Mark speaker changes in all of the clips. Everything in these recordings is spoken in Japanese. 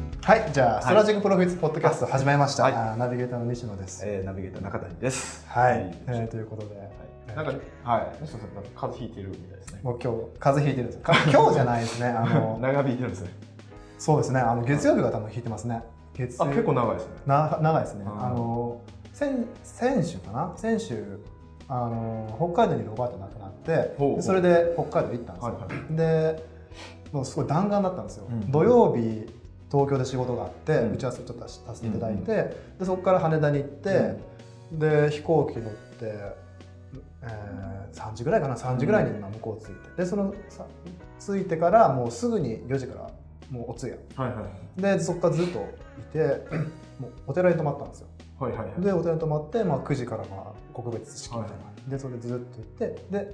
Speaker 1: ストラテジックプロフィッツポッドキャスト始めました。
Speaker 2: はい
Speaker 1: あーナビゲーターの西野です。
Speaker 2: えー、ナビゲーター中谷です。
Speaker 1: はい、え
Speaker 2: は
Speaker 1: ー
Speaker 2: い
Speaker 1: ということで、
Speaker 2: なんか、はい、西野さん、なんか風邪ひいてるみたいですね。
Speaker 1: もう今日風邪ひいてるんですよ。か今日じゃないですね。あの
Speaker 2: 長引いてるんです ね。
Speaker 1: そうですね。あの月曜日が多分ひいてますね。月
Speaker 2: あ、結構長いですね。
Speaker 1: な長いですね。
Speaker 2: うん
Speaker 1: あの先先週かな先週あの北海道にいるおばあちゃん亡くなって
Speaker 2: ほうほう
Speaker 1: でそれで北海道行ったんですよ。
Speaker 2: はいは
Speaker 1: でもうすごい弾丸だったんですよ、
Speaker 2: うん
Speaker 1: 土曜日東京で仕事があって、
Speaker 2: うん
Speaker 1: 打ち合わせちょっとさせていただいて、でそこから羽田に行って、で飛行機乗って、えー3時ぐらいかな3時ぐらいに今向こう着いて、でそのさ着いてからもうすぐに4時からもうお通夜
Speaker 2: はいはい。
Speaker 1: でそこからずっといて もうお寺に泊まったんですよ
Speaker 2: はいはいはい。
Speaker 1: でお寺に泊まって、まあ、9時からまあ告別式みたいな、でそれでずっと行ってで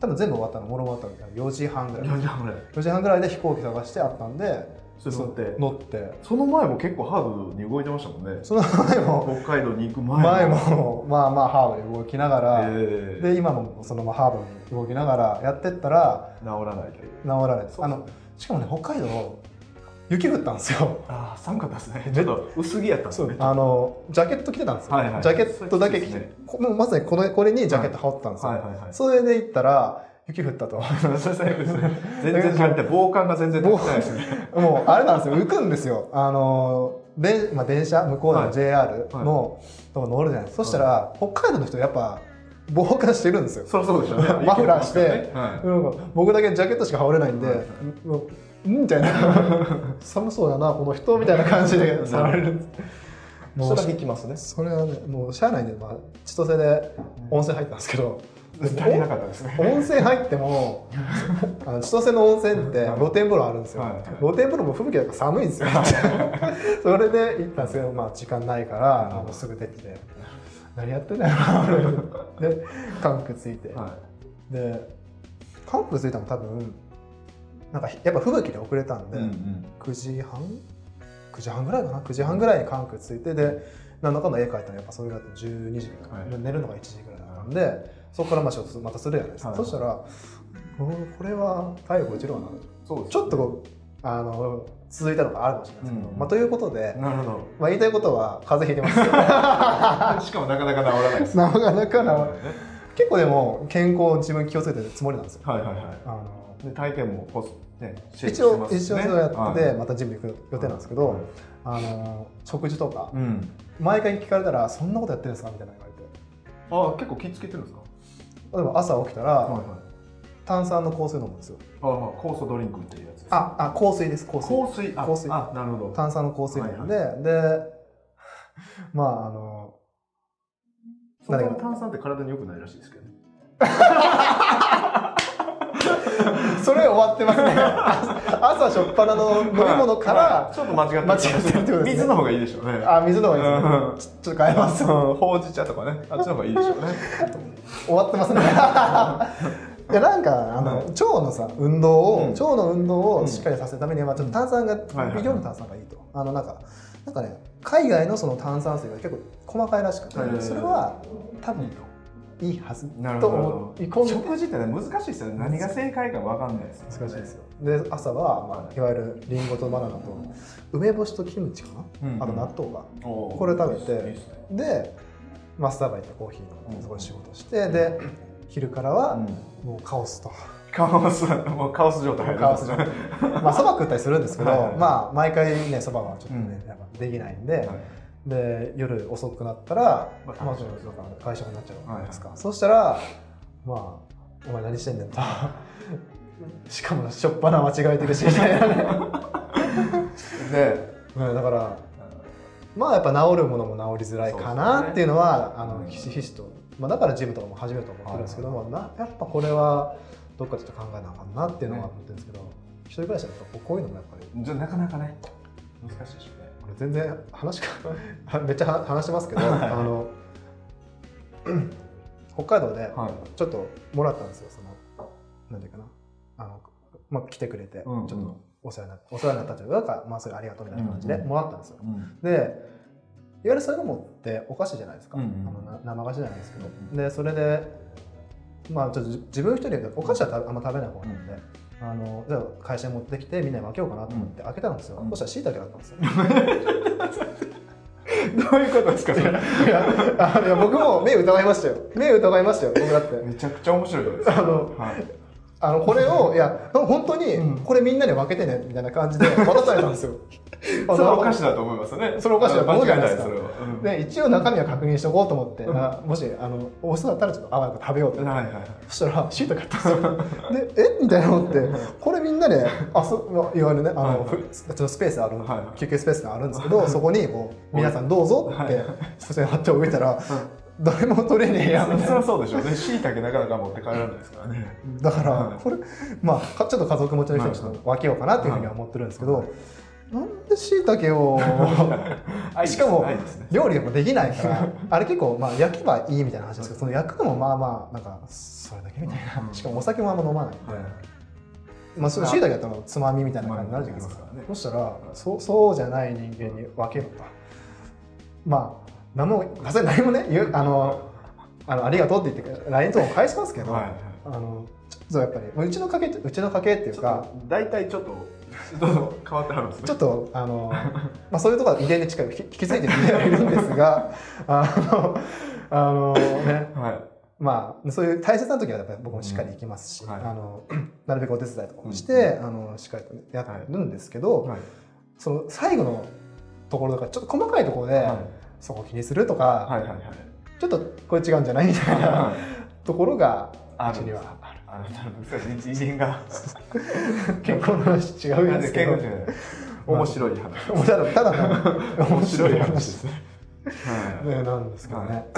Speaker 1: 多分全部終わったのもろ終わったのが4時半ぐらい
Speaker 2: 4時半ぐらい。
Speaker 1: 4時半ぐらいで飛行機探してあったんで
Speaker 2: それ乗って
Speaker 1: そう乗って
Speaker 2: その前も結構ハードに動いてましたもんね。
Speaker 1: その前も
Speaker 2: 北海道に行く前も。
Speaker 1: 前もまあまあハーブで動きなが
Speaker 2: え
Speaker 1: ら、
Speaker 2: ー、
Speaker 1: で今もそのままハーブに動きながらやってったら
Speaker 2: 治らないという。
Speaker 1: 治らないです
Speaker 2: そう
Speaker 1: あのしかもね北海道雪降ったんですよ
Speaker 2: あー、寒かったですね。ちょっと薄着やったんですね。
Speaker 1: あのジャケット着てたんですよ、
Speaker 2: はいはい
Speaker 1: ジャケットだけ着
Speaker 2: そ
Speaker 1: て、
Speaker 2: うですね
Speaker 1: こもうまさにこのこれにジャケット羽織ってたんですよ、
Speaker 2: はいはいはい。
Speaker 1: それで行ったら雪降ったと
Speaker 2: そうですね全然足りてない、防寒が全然足りてないですね。
Speaker 1: もうあれなんですよ浮くんですよあので、まあ、電車向こう
Speaker 2: は
Speaker 1: の
Speaker 2: い
Speaker 1: JR のとこ乗るじゃないですか、そしたら北海道の人やっぱ防寒してるんですよ、
Speaker 2: そりゃそうでしょうね。
Speaker 1: マフラーして
Speaker 2: は
Speaker 1: なんか僕だけジャケットしか羽織れないんで、
Speaker 2: はいはい
Speaker 1: もううんみたいな寒そうだなこの人みたいな感 じでさられるんです
Speaker 2: い。
Speaker 1: もう
Speaker 2: きますね
Speaker 1: それはねもう車内で、まあ、千歳で温泉入ったんですけど、
Speaker 2: 足りなかったですね。
Speaker 1: 温泉入ってもあの千歳の温泉って露天風呂あるんですよ、
Speaker 2: はいはい
Speaker 1: 露天風呂も吹雪だから寒いんですよ それで行ったんですけど、まあ、時間ないからあのすぐ出てきて何やってんだよ なで韓国着いて、
Speaker 2: は
Speaker 1: で韓国着いたの多分なんかやっぱ吹雪で遅れたん
Speaker 2: い。
Speaker 1: で、9時半9時半ぐらいかな9時半ぐらいに韓国着いてで何らかの絵描いたのやっぱそれだと12時とか、
Speaker 2: はい
Speaker 1: 寝るのが1時ぐらいだったんでそこからまあちょっとまたするじゃないですか、
Speaker 2: はい
Speaker 1: そしたらうんこれは逮捕落ちるわな
Speaker 2: そうです
Speaker 1: ちょっとこうあの続いたのがあるかもしれないですけど、
Speaker 2: うん
Speaker 1: まあ、ということで、
Speaker 2: なるほど。
Speaker 1: まあ、言いたいことは風邪ひいてま
Speaker 2: しかもなかなか治らないです す。
Speaker 1: なかなかな
Speaker 2: はい
Speaker 1: 結構でも健康自分気をつけてるつもりなんですよ
Speaker 2: はいはい。
Speaker 1: あの
Speaker 2: で体験もポスねシェイク
Speaker 1: 一
Speaker 2: して
Speaker 1: 応
Speaker 2: ますね
Speaker 1: 一応それをやって、
Speaker 2: はい
Speaker 1: また準備行く予定なんですけど、
Speaker 2: はい
Speaker 1: あの食事とか、
Speaker 2: うん。
Speaker 1: 毎回聞かれたら「そんなことやってるんですか?」みたいなの言われて
Speaker 2: あ結構気つけてるんですか。
Speaker 1: 例えば朝起きたら、
Speaker 2: はいはい。
Speaker 1: 炭酸の香水飲むんですよ
Speaker 2: あ酵素ドリンクっていうやつです。
Speaker 1: ああ香水です香水
Speaker 2: 香水あ
Speaker 1: 香水
Speaker 2: あなるほど。
Speaker 1: 炭酸の香水飲んで、で まああの
Speaker 2: そこの炭酸って体に良くないらしいですけどね。
Speaker 1: それ終わって ますね朝朝しょっぱなの飲み物か
Speaker 2: はい
Speaker 1: ら、
Speaker 2: ちょっと間違ってる
Speaker 1: 間違ってるってことですね
Speaker 2: 水の方がいいでしょうね。
Speaker 1: あ水の方がいいですねちょちょっと変えます
Speaker 2: うんほうじ茶とかねあっちの方がいいでしょうね。
Speaker 1: 終わってます ねいやなんかあの、
Speaker 2: はい
Speaker 1: 腸のさ運動を、
Speaker 2: うん
Speaker 1: 腸の運動
Speaker 2: う
Speaker 1: を
Speaker 2: ん
Speaker 1: しっかりさせるためには、まあ、ちょっと炭酸が、
Speaker 2: はいはい
Speaker 1: 微量の炭酸がいいとあのなんかなんかね海外のその炭酸水が結構細かいらしくて、
Speaker 2: はいはいはい
Speaker 1: それは多分いいはず
Speaker 2: なる
Speaker 1: と
Speaker 2: ほ
Speaker 1: 思
Speaker 2: ど。
Speaker 1: い込んで
Speaker 2: 食事ってね難しいですよね。何が正解かわかんないです、ね。
Speaker 1: 難しいですよで朝は、まあ、いわゆるリンゴとバナナと梅干しとキムチかな、
Speaker 2: うん
Speaker 1: あと納豆が
Speaker 2: おー。
Speaker 1: これ食べて
Speaker 2: いいですね
Speaker 1: でマスターバイトコーヒー飲ん
Speaker 2: う
Speaker 1: で
Speaker 2: ん
Speaker 1: そこで仕事して、で昼からはもうカオスと。
Speaker 2: カオスもうカオス状態。
Speaker 1: カオス状態。まあそば食ったりするんですけど、
Speaker 2: はいはい
Speaker 1: まあ毎回ねそばはちょっとね、
Speaker 2: う
Speaker 1: やっぱできないんで、
Speaker 2: はい
Speaker 1: で夜遅くなったら、
Speaker 2: まあ
Speaker 1: まあそのそうか会食になっちゃうじゃないですか。
Speaker 2: は
Speaker 1: そうしたらまあお前何してんねんと。 しかもしょっぱな間違えてるしみた いなね、
Speaker 2: で、
Speaker 1: うんだからまあやっぱ治るものも治りづらいかなっていうのはあ
Speaker 2: う
Speaker 1: の
Speaker 2: ん
Speaker 1: ひしひしと、まあ、だからジムとかも始めると思ってるんですけども、なやっぱこれはどっかちょっと考えなあかんなっていうのは思ってるんですけど、一人暮らしだとこういうのもやっぱり
Speaker 2: じゃなかなかね難しいでしょうね。
Speaker 1: 俺全然話が めっちゃは話してますけど、あの うん北海道で
Speaker 2: はい。
Speaker 1: ちょっともらったんですよそのなんていうかなあの、まあ、来てくれて、
Speaker 2: うん
Speaker 1: ちょっとお世話になったお世話になったというかなんか、まあ、それありがとうみたいな感じで
Speaker 2: うん
Speaker 1: もらったんですよ、
Speaker 2: うん。
Speaker 1: でいわゆるそういうのもってお菓子じゃないですか、
Speaker 2: うんうん
Speaker 1: あのな生菓子じゃないですけど、
Speaker 2: うん
Speaker 1: でそれでまあちょっと自自分一人でお菓子はたあんま食べない方なんで、あのじゃあ会社に持ってきてみんなに分けようかなと思って開けたんですよ、
Speaker 2: うん
Speaker 1: そしたらしいたけだったんですよ
Speaker 2: どういうことですかそ
Speaker 1: い
Speaker 2: れ
Speaker 1: やあのいや僕も目疑いましたよ目疑いましたよ僕だって
Speaker 2: めちゃくちゃ面白いことです
Speaker 1: あの
Speaker 2: はい
Speaker 1: あのこれをいや本当
Speaker 2: うん
Speaker 1: にこれみんなに分けてねみたいな感じで渡されたんですよあ
Speaker 2: それはお
Speaker 1: な
Speaker 2: 菓子だと思いますよね
Speaker 1: それお菓子だと思うじ
Speaker 2: 間
Speaker 1: ゃ
Speaker 2: 違
Speaker 1: ない
Speaker 2: いな
Speaker 1: です
Speaker 2: い
Speaker 1: か
Speaker 2: それは、うん
Speaker 1: で一応中身は確認しておこうと思って、
Speaker 2: うん
Speaker 1: あもしあの美味しそうだったらちょっとあわよく食べようと、
Speaker 2: はいはいはい
Speaker 1: そしたらシイタケあったんですよでえみたいな思ってこれみんなであそうまあいわゆるねあの、
Speaker 2: はいはい
Speaker 1: ふちょっとスペースある、
Speaker 2: はいはい
Speaker 1: 休憩スペースがあるんですけどそこにこう皆さんどうぞっ
Speaker 2: は
Speaker 1: て
Speaker 2: い
Speaker 1: 付箋貼っておいたら、誰も取れねえやみたいな
Speaker 2: そりゃそうでしょうねしいたけなかなか持って帰らないですからね
Speaker 1: だか
Speaker 2: は
Speaker 1: ら
Speaker 2: い
Speaker 1: これまあかちょっと家族持ちの人にちょっと分けようかなっていうふうには思ってるんですけどなんで椎茸を しかも
Speaker 2: 愛ですね
Speaker 1: 料理でもできないからあれ結構まあ焼けばいいみたいな話ですけどその焼くのもまあまあなんかそれだけみたい
Speaker 2: うん
Speaker 1: なしかもお酒もあんま飲まないんで
Speaker 2: はい
Speaker 1: まあそう椎茸だったらつまみみたいな感じになるじゃないですか
Speaker 2: まあまあ
Speaker 1: そしたらそうそうじゃない人間に分けろとまあ何もさすがに何もね言うあのあのありがとうって言って LINE とかも返しますけど、
Speaker 2: はいはい
Speaker 1: あのちょっとやっぱりまあうちの家系ってうちの家系ってい
Speaker 2: ち
Speaker 1: う
Speaker 2: ょっ
Speaker 1: か
Speaker 2: と大体ちょっとどうぞ変わってはるんですね
Speaker 1: ちょっとあの、 まあ、そういうところは遺伝で近い引き引き継いでる人はいるんですが あのあのね
Speaker 2: はい
Speaker 1: まあそういう大切な時はやっぱり僕もしっかり行きますし、
Speaker 2: うんはい
Speaker 1: あの なるべくお手伝いとかもして、あのしっかりとやってるんですけど、
Speaker 2: はい
Speaker 1: その最後のところとかちょっと細かいところで、
Speaker 2: はい
Speaker 1: そこ気にするとか、
Speaker 2: はいはいはい
Speaker 1: ちょっとこれ違うんじゃないみたいな
Speaker 2: はい
Speaker 1: ところが
Speaker 2: あ
Speaker 1: うち
Speaker 2: るん
Speaker 1: に
Speaker 2: です
Speaker 1: はある
Speaker 2: あなるほど人人間が
Speaker 1: 結婚の話違うんですけど
Speaker 2: なんで健康じゃない面白い話
Speaker 1: もうただただの
Speaker 2: 面白い話ですねはい
Speaker 1: ねなんですけどね,、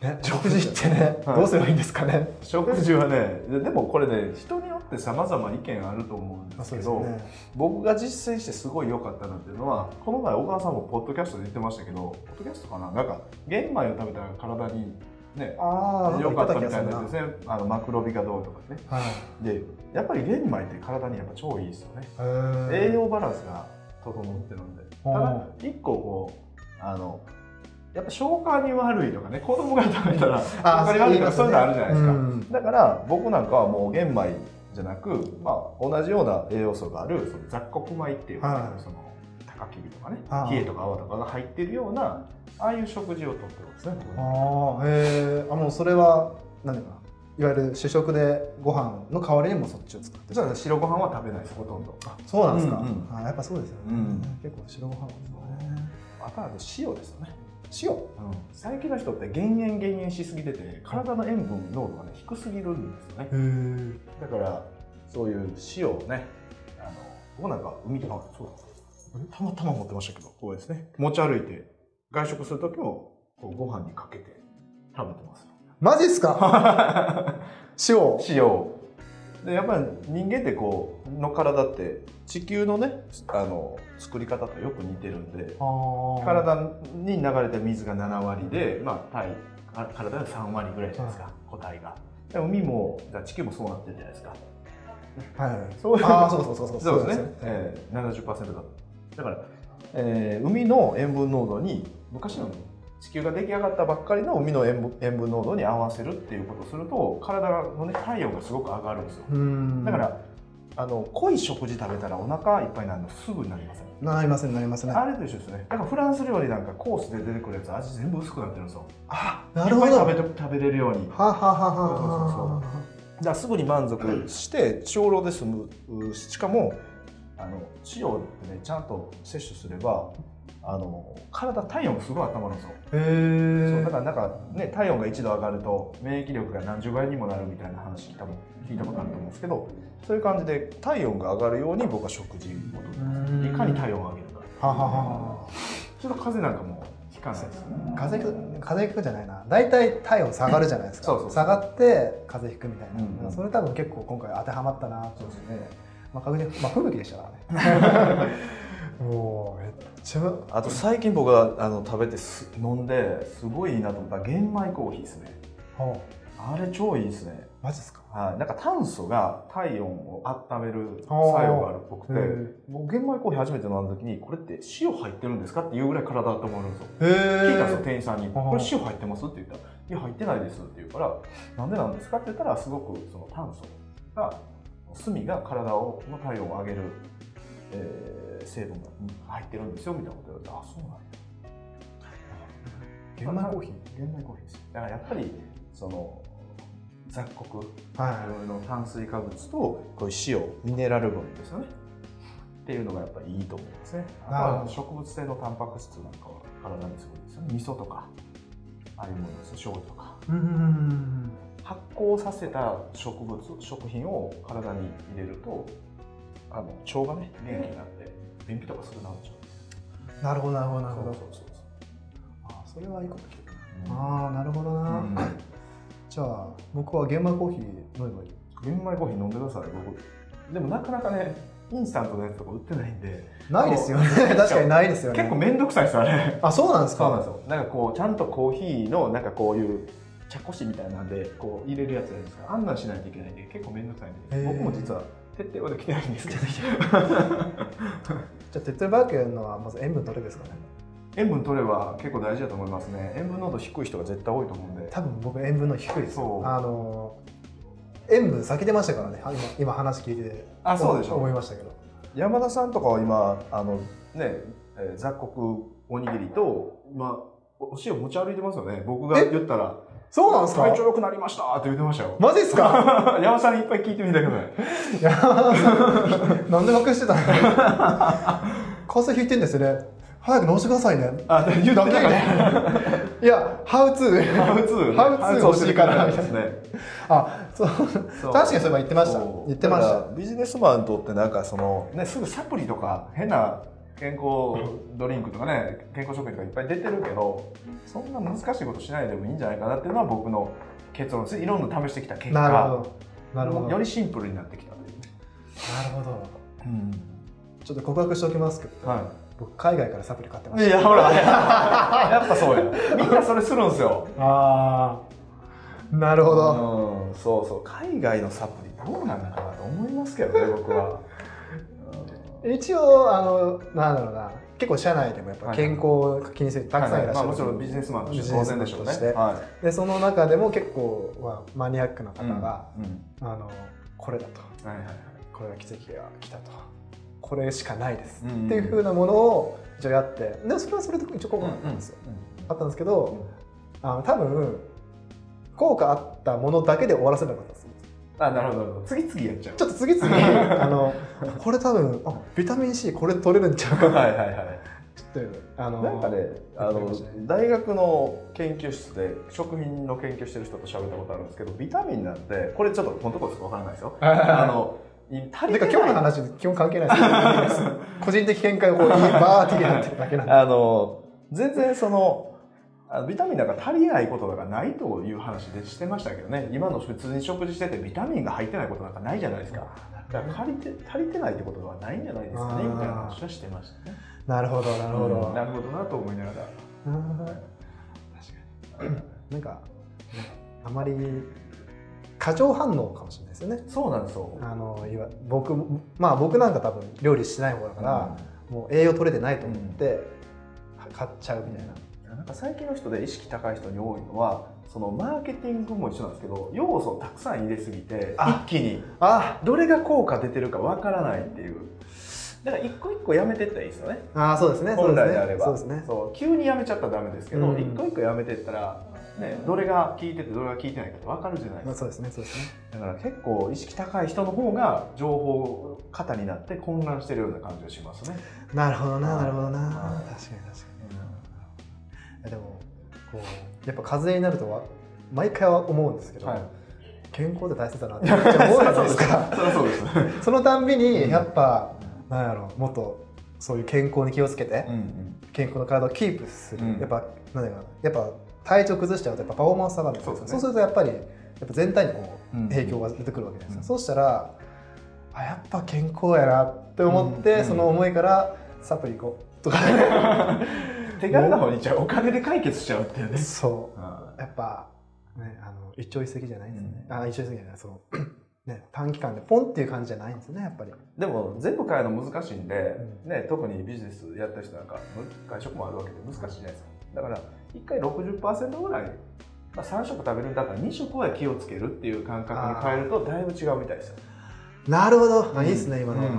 Speaker 1: ね食事ってね、
Speaker 2: はい
Speaker 1: どうすればいいんですかね、
Speaker 2: 食事はねででもこれね人によって様々意見あると思うんですけど
Speaker 1: ね
Speaker 2: 僕が実践してすごい良かったなっていうのはこの前小川さんもポッドキャストで言ってましたけどポッドキャストかななんか玄米を食べたら体にね
Speaker 1: ああ
Speaker 2: 良かったみたいな
Speaker 1: は
Speaker 2: んですねあのマクロビがどうとかね
Speaker 1: い
Speaker 2: でやっぱり玄米って体にやっぱ超いいですよね、
Speaker 1: へー
Speaker 2: 栄養バランスが整ってるんでただ一個こうあのやっぱ消化に悪いとかね子供が食べたら消
Speaker 1: あー
Speaker 2: 化に悪いとか
Speaker 1: そ
Speaker 2: そうう
Speaker 1: 言いますね
Speaker 2: いうのあるじゃないですか、
Speaker 1: うん
Speaker 2: だから僕なんかはもう玄米じゃなく、まあ、同じような栄養素があるその雑穀米っていう、
Speaker 1: はい
Speaker 2: その高きびとかね
Speaker 1: あー
Speaker 2: 冷えとか泡とかが入ってるようなああいう食事をとってるんですね僕は
Speaker 1: ああへえあもうそれは何だかないわゆる主食でご飯の代わりにもそっちを使って
Speaker 2: じゃあ白ご飯は食べないですほとんど
Speaker 1: そうなんですか、
Speaker 2: うんうん
Speaker 1: あやっぱそうですよね、
Speaker 2: うん
Speaker 1: 結構白ご飯ですね
Speaker 2: あとは塩ですよね
Speaker 1: 塩
Speaker 2: 最近の人って減塩減塩しすぎてて体の塩分濃度がね低すぎるんですよね
Speaker 1: へ
Speaker 2: だからそういう塩をねあの僕なんか海とかそうだたまたま持ってましたけどこうですね持ち歩いて外食する時もこうご飯にかけて食べてます
Speaker 1: マジっすか
Speaker 2: よ
Speaker 1: 塩
Speaker 2: 塩をでやっぱり人間ってこうの体って地球のねあの作り方とよく似てるんで
Speaker 1: ああ
Speaker 2: 体に流れた水が7割で、まあ、体あ体が3割ぐらいじゃないですか、個体がで海もだから地球もそうなってるじゃないですか
Speaker 1: はいはい
Speaker 2: そういう
Speaker 1: ああそうそうそうそう
Speaker 2: そうですね、
Speaker 1: え
Speaker 2: えー、70%だだから、えー海の塩分濃度に昔の地球が出来上がったばっかりの海の塩分塩分濃度に合わせるっていうことをすると体の、ね、体温がすごく上がるんですよ
Speaker 1: うん
Speaker 2: だからあの濃い食事食べたらお腹いっぱいになるのすぐになりません
Speaker 1: なりませんなりますね
Speaker 2: あれと一緒ですねだからフランス料理なんかコースで出てくるやつ味全部薄くなってるんですよ
Speaker 1: あなるほど
Speaker 2: いっぱい
Speaker 1: は
Speaker 2: 食べて食べれるようにだか
Speaker 1: はははは
Speaker 2: らすぐに満足して少量で済むうしかもあの塩ってねちゃんと摂取すればあの体体温すごい温まるんですよ、
Speaker 1: へ
Speaker 2: そうだ
Speaker 1: え
Speaker 2: からなんかね体温が1度上がると免疫力が何十倍にもなるみたいな話多分聞いたことあると思うんですけどそういう感じで体温が上がるように僕は食事をとってますいかに体温を上げるか
Speaker 1: ははは
Speaker 2: ちょっと風邪なんかもうひかないですね
Speaker 1: 風邪ひく風邪ひくじゃないな大体体温下がるじゃないですか
Speaker 2: そうそう
Speaker 1: 下がって風邪ひくみたいな、
Speaker 2: うんうん
Speaker 1: それ多分結構今回当てはまったなと思って、まあ、確実にまあ吹雪でしたから ねもうめっちゃ
Speaker 2: あと最近僕があの食べてす飲んですごいいいなと思った玄米コーヒーですね
Speaker 1: あ
Speaker 2: あれ超いいですね
Speaker 1: マジですか
Speaker 2: はいなんか炭素が体温を温める作
Speaker 1: あー
Speaker 2: 用があるっぽく
Speaker 1: へ
Speaker 2: て僕玄米コーヒー初めて飲んだ時にこれって塩入ってるんですかっていうぐらい体温まるんですよ
Speaker 1: え
Speaker 2: 聞いたんですよ店員さんに
Speaker 1: ー
Speaker 2: 「これ塩入ってます?」って言ったら「いや入ってないです」って言うから「なんでなんですか?」って言ったらすごくその炭素が炭が体をの体温を上げる、えー成分が入ってるんですよみたいなこと言われてあそうなんだ
Speaker 1: 玄米コーヒ
Speaker 2: 玄米コーヒーですだからやっぱりその雑穀い
Speaker 1: ーはい
Speaker 2: ろいろの炭水化物とこういう塩ミネラル分ですよねっていうのがやっぱりいいと思うんですねあと
Speaker 1: なるほ
Speaker 2: は
Speaker 1: ど
Speaker 2: 植物性のタンパク質なんかは体にすごいですよね味噌とかああいうものですね醤油とか
Speaker 1: うんうんうん
Speaker 2: 発酵させた植物食品を体に入れるとあの腸がね元気になって便秘とかするなっちゃ
Speaker 1: うんなるほどなるほどなる
Speaker 2: う
Speaker 1: ほど
Speaker 2: そうそう
Speaker 1: あーそれはいいこと聞いた
Speaker 2: そう
Speaker 1: ああなるほどな、
Speaker 2: うん
Speaker 1: じゃあ僕は玄米コーヒー飲めばいい
Speaker 2: 玄米コーヒー飲んでください僕でもなかなかねインスタントのやつとか売ってないんで
Speaker 1: ないです よね確かにないですよね
Speaker 2: 結構面倒くさいですあれ
Speaker 1: あそうなんです
Speaker 2: そうなんで
Speaker 1: か
Speaker 2: すよなんかこうちゃんとコーヒーのなんかこういう茶こしみたいなんでこう入れるやつじゃないですかあんなんしないといけないんで結構面倒くさいん
Speaker 1: へ
Speaker 2: で
Speaker 1: ー
Speaker 2: 僕も実は徹底はできてないんですけど
Speaker 1: じゃあテッドルバーケンのはまず塩分どれですかね
Speaker 2: 塩分取れば結構大事だと思いますね塩分濃度低い人が絶対多いと思うんで
Speaker 1: 多分僕塩分の低いです
Speaker 2: そう
Speaker 1: あのー塩分避けてましたからねは今今話聞いて
Speaker 2: あそうでしょ
Speaker 1: 思いましたけど
Speaker 2: 山田さんとかは今あのね、えー雑穀おにぎりと、まあ、おお塩持ち歩いてますよね僕が
Speaker 1: え
Speaker 2: 言ったら
Speaker 1: そうなんですか
Speaker 2: 体調良くなりましたって言ってましたよ
Speaker 1: マジっすか
Speaker 2: 山田さんにいっぱい聞いてみてください
Speaker 1: いや なんで隠 してたの風邪ひいてんですよね早く飲んでくださいね
Speaker 2: あ言ってたかね
Speaker 1: いやハウツー
Speaker 2: ハウツー
Speaker 1: ハウツー欲しいから
Speaker 2: ですね
Speaker 1: あそう
Speaker 2: そう
Speaker 1: 確かにそういえば言ってました
Speaker 2: そう
Speaker 1: 言ってました
Speaker 2: だからビジネスマンにとってなんかその、ね、すぐサプリとか変な健康ドリンクとかね健康食品とかいっぱい出てるけどそんな難しいことしないでもいいんじゃないかなっていうのは僕の結論ですいろんな試してきた結果
Speaker 1: なるほどなるほど
Speaker 2: よ
Speaker 1: なる
Speaker 2: りシンプルになってきたというね、
Speaker 1: ほど
Speaker 2: うん
Speaker 1: ちょっと告白しておきますけど、
Speaker 2: は
Speaker 1: 僕海外からサプリ買ってま
Speaker 2: い、
Speaker 1: し
Speaker 2: やほらやっぱそうやみんなそれするんですよ
Speaker 1: たああなるほど、
Speaker 2: うん、そうそう海外のサプリどうなのかなと思いますけ どね僕は、
Speaker 1: 一応あのなんだろうな結構社内でもやっぱ
Speaker 2: はい
Speaker 1: 健康を気にする人たくさんいらっしゃ
Speaker 2: まあ、
Speaker 1: る
Speaker 2: もちろんビジネスマンとして
Speaker 1: ビジネ
Speaker 2: 当
Speaker 1: スマ
Speaker 2: 然
Speaker 1: ン
Speaker 2: でしょうね
Speaker 1: として
Speaker 2: は
Speaker 1: でその中でも結構、まあ、マニアックな方が、
Speaker 2: い、
Speaker 1: あのこれだと
Speaker 2: うんはいはいはい
Speaker 1: これが奇跡が来たとこれしかないです、
Speaker 2: うん
Speaker 1: っていう風なものを一応やってでもそれはそれで一応効果があったんですよ、あったんですけど、あの多分効果あったものだけで終わらせなかったんですよ
Speaker 2: あなるほどなるほど次々や っちゃう
Speaker 1: ちょっと次 々あのこれ多分あビタミン C これ取れるんちゃうかな
Speaker 2: はいはいはい
Speaker 1: ちょっとあの
Speaker 2: なんかねあ
Speaker 1: わかりま
Speaker 2: の
Speaker 1: したね
Speaker 2: 大学の研究室で食品の研究してる人と喋ったことあるんですけどビタミンなんてこれちょっと本当かどうかわからないです よあのい足り
Speaker 1: てか
Speaker 2: てない
Speaker 1: 今日の話基本関係ないです個人的見解をこう言いバーってなってるだけなんで
Speaker 2: あの全然そのあビタミンなんか足りないことがないという話でしてましたけどね今の普通に食事しててビタミンが入ってないことなんかないじゃないですかだから足りて足りてないってことはないんじゃないですかね
Speaker 1: あー
Speaker 2: みたいな話はしてましたね
Speaker 1: なるほどなるほ
Speaker 2: うん
Speaker 1: ど
Speaker 2: な、るほどなと思いながら
Speaker 1: うん確かになんかあまり過剰反応かもしれないですよね
Speaker 2: そうなんですよ
Speaker 1: あのいわ僕まあ僕なんか多分料理してない方だから、もう栄養取れてないと思って、買っちゃうみたいな、
Speaker 2: なんか最近の人で意識高い人に多いのはそのマーケティングも一緒なんですけど要素をたくさん入れすぎて
Speaker 1: あ
Speaker 2: 一気に
Speaker 1: あ
Speaker 2: どれが効果出てるかわからないっていうだから一個一個やめてったらいいですよね
Speaker 1: あーそうですね
Speaker 2: 本来であれば
Speaker 1: そうですねそうですね
Speaker 2: そう急にやめちゃったらダメですけど、
Speaker 1: うん
Speaker 2: 一個一個やめてったら、ね、どれが効いててどれが効いてないかって分かるじゃな
Speaker 1: ま
Speaker 2: いで
Speaker 1: あ
Speaker 2: す
Speaker 1: そうですねそうですね
Speaker 2: かだから結構意識高い人の方が情報型になって混乱してるような感じがしますね、
Speaker 1: なるほどななるほどな
Speaker 2: はい
Speaker 1: 確かに確かにでもこうやっぱ風邪になるとは毎回は思うんですけど、
Speaker 2: はい
Speaker 1: 健康って大切だなってめっちゃ思うじゃないですか
Speaker 2: そりゃそうです、
Speaker 1: そのたんび
Speaker 2: うん
Speaker 1: にやっぱ、なんやろもっとそういう健康に気をつけて、
Speaker 2: うんうん、
Speaker 1: 健康な体をキープする、
Speaker 2: うん
Speaker 1: やっぱなんだろうなやっぱ体調崩しちゃうとやっぱパフォーマンス下がるんですよ
Speaker 2: そうです
Speaker 1: そ
Speaker 2: ね
Speaker 1: うするとやっぱりやっぱ全体にこ
Speaker 2: うんうん
Speaker 1: う影響が出てくるわけじゃないですか、そ
Speaker 2: うん
Speaker 1: うしたらあやっぱ健康やなって思って、
Speaker 2: うんうん
Speaker 1: その思いからサプリ行こうとか
Speaker 2: 手軽な方にじゃあお金で解決しちゃうっていう ね、
Speaker 1: そ
Speaker 2: あ
Speaker 1: うやっぱねあの一朝一夕じゃないんですね、
Speaker 2: うん
Speaker 1: あ一朝一夕じゃないその ね短期間でポンっていう感じじゃないんですよねやっぱり
Speaker 2: ーでも全部変えるの難しいんで、
Speaker 1: う
Speaker 2: ね、特にビジネスやってる人なんか外食もあるわけで難しいじゃないですかだから1回60%ぐらい、まあ、3食食べるんだったら2食は気をつけるっていう感覚に変えるとだいぶ違うみたいですよ
Speaker 1: なるほど、あいいですね今
Speaker 2: うん
Speaker 1: のは、
Speaker 2: うん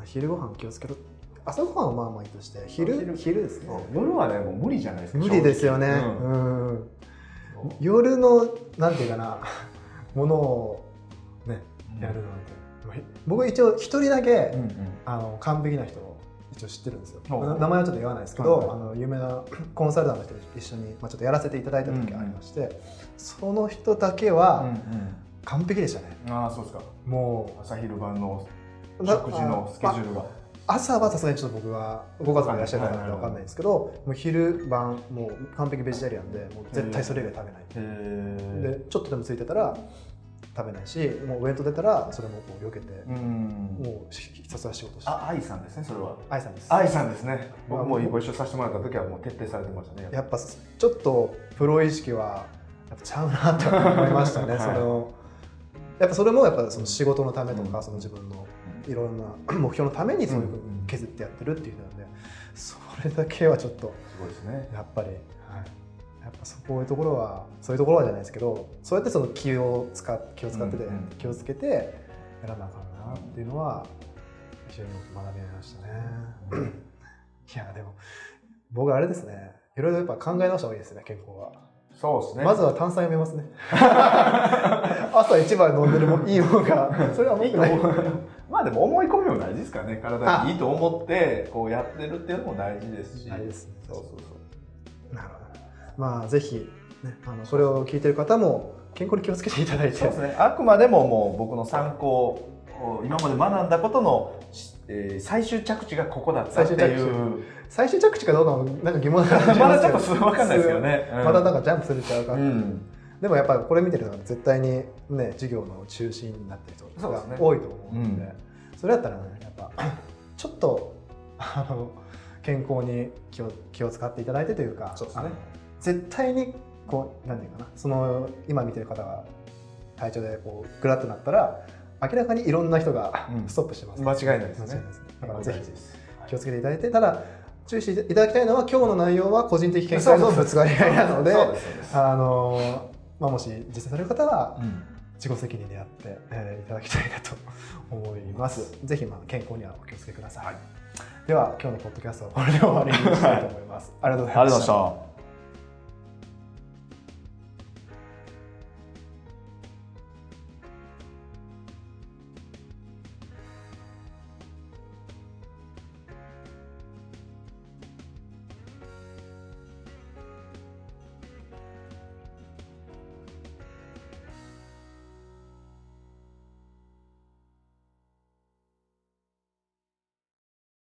Speaker 1: あ昼ご飯気をつけろ朝ごはんはまあまあいいとして昼
Speaker 2: 昼
Speaker 1: 昼ですね
Speaker 2: 夜はねもう無理じゃないですか
Speaker 1: 無理ですよね、
Speaker 2: 正直
Speaker 1: うん
Speaker 2: うん
Speaker 1: 夜のなんていうかな ものをね
Speaker 2: うん
Speaker 1: やるなんて、僕一応一人だけ、
Speaker 2: うんうん
Speaker 1: あの完璧な人を一応知ってるんですよ
Speaker 2: ほう
Speaker 1: な名前はちょっと言わないですけど、
Speaker 2: はいはい
Speaker 1: あの有名な コンサルタントの人と一緒に、まあ、ちょっとやらせていただいた時がありまして、その人だけ
Speaker 2: う
Speaker 1: は
Speaker 2: ん
Speaker 1: 完璧でしたね、
Speaker 2: うんああそうですか
Speaker 1: も
Speaker 2: 朝昼晩の
Speaker 1: う
Speaker 2: 食
Speaker 1: な
Speaker 2: 事のスケジュールが
Speaker 1: あ朝はさすがにちょっと僕はご家族がいらっしゃる方なんで分かんないんですけど、もう昼晩もう完璧ベジタリアンでもう絶対それ以外食べない、
Speaker 2: へえ
Speaker 1: でちょっとでもついてたら食べないしもうお弁当出たらそれもこう避けて、
Speaker 2: うん
Speaker 1: もうひたすら仕事して
Speaker 2: あ愛さんですねそれは
Speaker 1: 愛さんです
Speaker 2: 愛さんですね僕もご一緒させてもらった時はもう徹底されてましたね
Speaker 1: やっぱちょっとプロ意識はやっぱちゃうなと思いましたね、
Speaker 2: はい
Speaker 1: そのやっぱそれもやっぱその仕事のためとか、
Speaker 2: うん
Speaker 1: その自分の
Speaker 2: う
Speaker 1: いろんな 目標のためにそういうふうに
Speaker 2: うん
Speaker 1: 削ってやってるっていうのでそれだけはちょっと
Speaker 2: すごいですね
Speaker 1: やっぱり、はい、やっぱそういうところはそういうところはじゃないですけどそうやってその気を使っ気を使ってて、
Speaker 2: うんうん
Speaker 1: 気をつけてやらなあかんなっていうのは非常によく学びましたね。いやでも僕あれですねいろいろやっぱ考え直した方がいいですね健康は、
Speaker 2: そうですね
Speaker 1: まずは炭酸やめますね朝一杯飲んでるもいいもんがそれはもう
Speaker 2: いいと思う まあでも思い込みも大事ですからね体にいいと思ってこうやってるっていうのも大事ですし
Speaker 1: あれですね
Speaker 2: そうそうそ
Speaker 1: なるほどまあぜひ、ね、あのこれを聞いてる方も健康に気をつけていただいうて
Speaker 2: そうですねあくまでももう僕の参考を今まで学んだことの、えー最終着地がここだったって
Speaker 1: 最
Speaker 2: い
Speaker 1: 終
Speaker 2: う
Speaker 1: 最終着地かどうかもなんか疑問な感
Speaker 2: ま
Speaker 1: じします
Speaker 2: だ
Speaker 1: け
Speaker 2: ち
Speaker 1: ど
Speaker 2: ょっとそれ分かんないですけどね、
Speaker 1: またなん
Speaker 2: か
Speaker 1: かジャンプするちゃうか、
Speaker 2: うん
Speaker 1: でもやっぱりこれ見てるのは絶対にね授業の中心になってる人
Speaker 2: そうで
Speaker 1: が
Speaker 2: すね
Speaker 1: 多いと思うので
Speaker 2: うん
Speaker 1: それだったらねやっぱちょっとあの健康に気を気を使っていただいてというか
Speaker 2: そうですね
Speaker 1: あの絶対にこうなんていうかなその今見てる方が体調でこうグラッとなったら明らかにいろんな人が
Speaker 2: うん
Speaker 1: ストップしてます、
Speaker 2: 間違いないですね
Speaker 1: 間違いなだからぜひ気
Speaker 2: 気
Speaker 1: を
Speaker 2: をつ
Speaker 1: つけていただいてただ注意していただきたいのは今日の内容は個人的見解のぶつかり
Speaker 2: け
Speaker 1: 合いなので
Speaker 2: そうですそうです
Speaker 1: あのまあ、もし実践される方は
Speaker 2: うん
Speaker 1: 自己責任でやって、えーいただきたいなと思います。ぜひまあ健康にはお気をつけください。では今日のポッドキャストはこれで終わりにしたいと思います。ありがとうございました。
Speaker 2: た